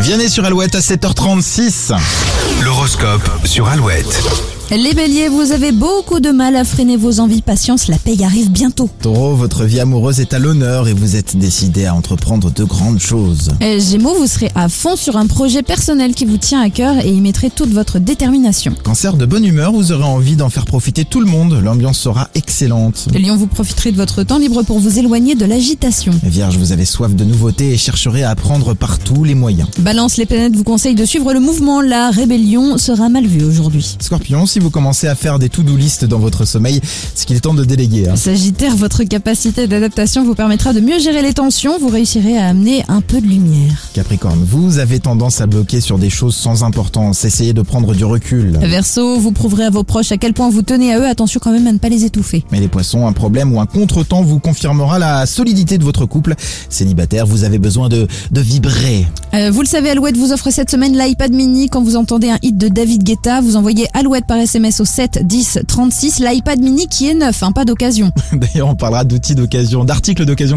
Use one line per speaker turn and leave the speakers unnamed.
Viens sur Alouette à 7h36.
L'horoscope sur Alouette.
Les béliers, vous avez beaucoup de mal à freiner vos envies, patience, la paye arrive bientôt.
Taureau, votre vie amoureuse est à l'honneur et vous êtes décidé à entreprendre de grandes choses.
Et Eh, Gémeaux, vous serez à fond sur un projet personnel qui vous tient à cœur et y mettrez toute votre détermination.
Cancer de bonne humeur, vous aurez envie d'en faire profiter tout le monde. L'ambiance sera excellente.
Lion, vous profiterez de votre temps libre pour vous éloigner de l'agitation.
Vierge, vous avez soif de nouveautés et chercherez à apprendre par tous les moyens.
Balance, les planètes vous conseillent de suivre le mouvement, la rébellion sera mal vue aujourd'hui.
Scorpion, si vous commencez à faire des to-do list dans votre sommeil, ce qu'il est temps de déléguer. hein.
Sagittaire, votre capacité d'adaptation vous permettra de mieux gérer les tensions, vous réussirez à amener un peu de lumière.
Capricorne, vous avez tendance à bloquer sur des choses sans importance. Essayez de prendre du recul.
Verseau, vous prouverez à vos proches à quel point vous tenez à eux, attention quand même à ne pas les étouffer.
Mais les poissons, un problème ou un contretemps vous confirmera la solidité de votre couple. Célibataire, vous avez besoin de, de vibrer.
Euh, vous le savez, Alouette vous offre cette semaine l'iPad mini. Quand vous entendez un hit de David Guetta, vous envoyez Alouette par SMS au 7 10 36. L'iPad mini qui est neuf, hein, pas d'occasion.
D'ailleurs, on parlera d'outils d'occasion, d'articles d'occasion.